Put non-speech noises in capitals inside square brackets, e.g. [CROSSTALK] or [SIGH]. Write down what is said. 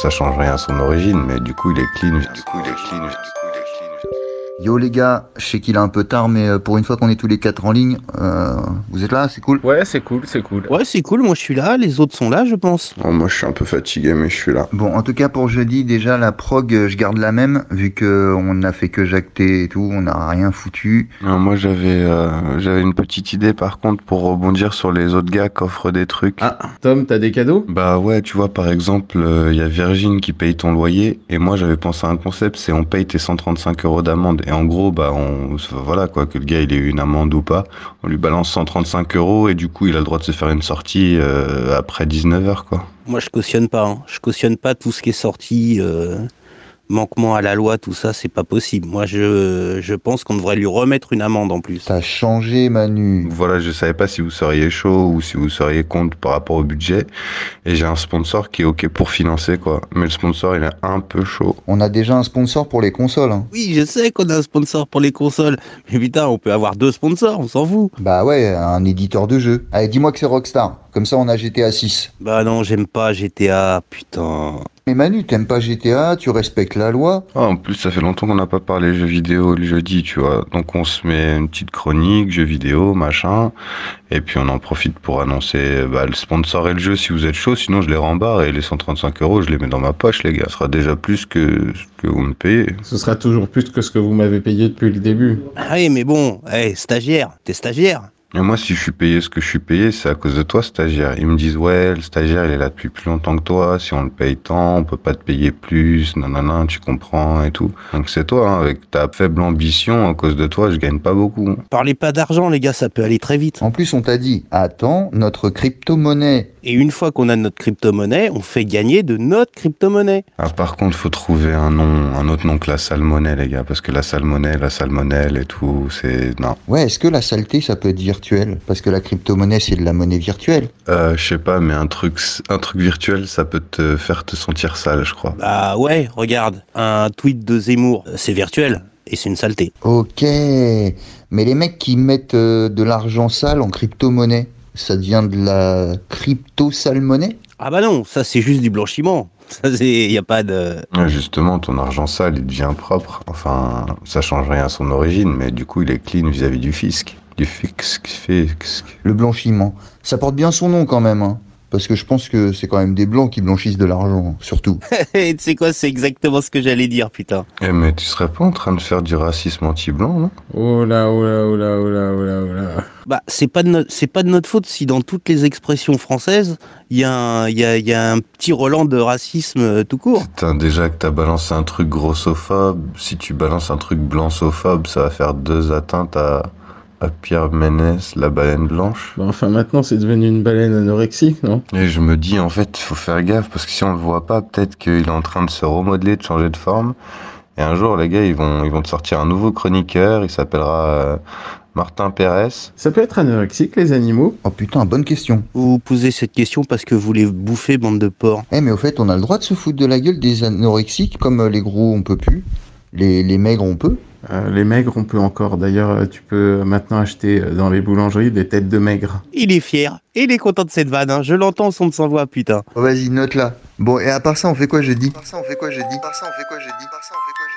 Ça change rien à son origine, mais du coup, il est clean. Du coup, il est clean. Du coup, il est clean. Yo les gars, je sais qu'il est un peu tard, mais euh, pour une fois qu'on est tous les quatre en ligne, euh, vous êtes là, c'est cool Ouais, c'est cool, c'est cool. Ouais, c'est cool, moi je suis là, les autres sont là, je pense. Oh, moi, je suis un peu fatigué, mais je suis là. Bon, en tout cas pour jeudi, déjà la prog, euh, je garde la même, vu que on n'a fait que jacter et tout, on n'a rien foutu. Non, moi, j'avais euh, j'avais une petite idée, par contre, pour rebondir sur les autres gars qui offrent des trucs. Ah, Tom, t'as des cadeaux Bah ouais, tu vois, par exemple, euh, il y a Virgin qui paye ton loyer, et moi, j'avais pensé à un concept, c'est on paye tes 135 euros d'amende. Et en gros, bah, on, voilà, quoi, que le gars, il ait eu une amende ou pas, on lui balance 135 euros, et du coup, il a le droit de se faire une sortie euh, après 19h, quoi. Moi je cautionne pas, hein. je cautionne pas tout ce qui est sorti, euh, manquement à la loi, tout ça, c'est pas possible. Moi je, je pense qu'on devrait lui remettre une amende en plus. T'as changé Manu. Voilà, je savais pas si vous seriez chaud ou si vous seriez contre par rapport au budget. Et j'ai un sponsor qui est ok pour financer quoi. Mais le sponsor il est un peu chaud. On a déjà un sponsor pour les consoles. hein. Oui, je sais qu'on a un sponsor pour les consoles, mais putain, on peut avoir deux sponsors, on s'en fout. Bah ouais, un éditeur de jeu. Allez, dis-moi que c'est Rockstar, comme ça on a GTA 6. Bah non, j'aime pas GTA, putain. Mais Manu, t'aimes pas GTA, tu respectes la loi. Ah, en plus ça fait longtemps qu'on n'a pas parlé jeux vidéo le jeudi, tu vois. Donc on se met une petite chronique, jeux vidéo, machin. Et puis on en profite pour annoncer bah, le sponsor et le jeu si vous êtes chaud. Sinon je les rembarre et les 135 euros je les mets dans ma poche les gars. Ce sera déjà plus que ce que vous me payez. Ce sera toujours plus que ce que vous m'avez payé depuis le début. Ah oui, mais bon, hey, stagiaire, t'es stagiaire Et moi, si je suis payé ce que je suis payé, c'est à cause de toi, stagiaire. Ils me disent, ouais, le stagiaire, il est là depuis plus longtemps que toi. Si on le paye tant, on peut pas te payer plus. Nanana, tu comprends et tout. Donc c'est toi, hein, avec ta faible ambition, à cause de toi, je gagne pas beaucoup. Parlez pas d'argent, les gars, ça peut aller très vite. En plus, on t'a dit, attends, notre crypto-monnaie. Et une fois qu'on a notre crypto-monnaie, on fait gagner de notre crypto-monnaie. Ah, par contre, faut trouver un nom, un autre nom que la salmonelle, les gars, parce que la salmonelle, la salmonelle et tout, c'est, non. Ouais, est-ce que la saleté, ça peut être virtuel Parce que la crypto-monnaie, c'est de la monnaie virtuelle. Euh, je sais pas, mais un truc, un truc virtuel, ça peut te faire te sentir sale, je crois. Bah ouais, regarde, un tweet de Zemmour, euh, c'est virtuel et c'est une saleté. Ok, mais les mecs qui mettent euh, de l'argent sale en crypto-monnaie, ça devient de la crypto-sale-monnaie Ah bah non, ça c'est juste du blanchiment. [LAUGHS] Ça c'est, y a pas de. [LAUGHS] Ouais, justement, ton argent sale, il devient propre. Enfin, ça change rien à son origine, mais du coup, il est clean vis-à-vis du fisc. Du fisc, fisc. Le blanchiment. Ça porte bien son nom quand même, hein. parce que je pense que c'est quand même des blancs qui blanchissent de l'argent, hein, surtout. tu sais quoi, c'est exactement ce que j'allais dire, putain. Eh, mais tu serais pas en train de faire du racisme anti-blanc, non Oh là, oh là, oh là, oh là, oh là, oh là. Bah c'est pas de no- c'est pas de notre faute si dans toutes les expressions françaises il y a un il y a, il y a un petit relent de racisme euh, tout court. Putain, déjà que t'as balancé un truc grossophobe, si tu balances un truc blancophobe, ça va faire deux atteintes à, à Pierre Ménès, la baleine blanche. Bah, enfin, maintenant, c'est devenu une baleine anorexique, non Et je me dis, en fait, faut faire gaffe, parce que si on le voit pas, peut-être qu'il est en train de se remodeler, de changer de forme. Et un jour, les gars, ils vont, ils vont te sortir un nouveau chroniqueur, il s'appellera euh, Martin Pérez. Ça peut être anorexique, les animaux Oh putain, bonne question. Vous posez cette question parce que vous les bouffez bande de porcs. Eh mais au fait, on a le droit de se foutre de la gueule des anorexiques, comme euh, les gros on peut plus, les, les maigres on peut. Euh, Les maigres, on peut encore. D'ailleurs, euh, tu peux maintenant acheter euh, dans les boulangeries des têtes de maigres. Il est fier et il est content de cette vanne. hein. Je l'entends son de son voix putain. Oh, Vas-y, note là. Bon, et à part ça, on fait quoi jeudi Par ça, on fait quoi jeudi Par ça, on fait quoi jeudi Par ça, on fait quoi jeudi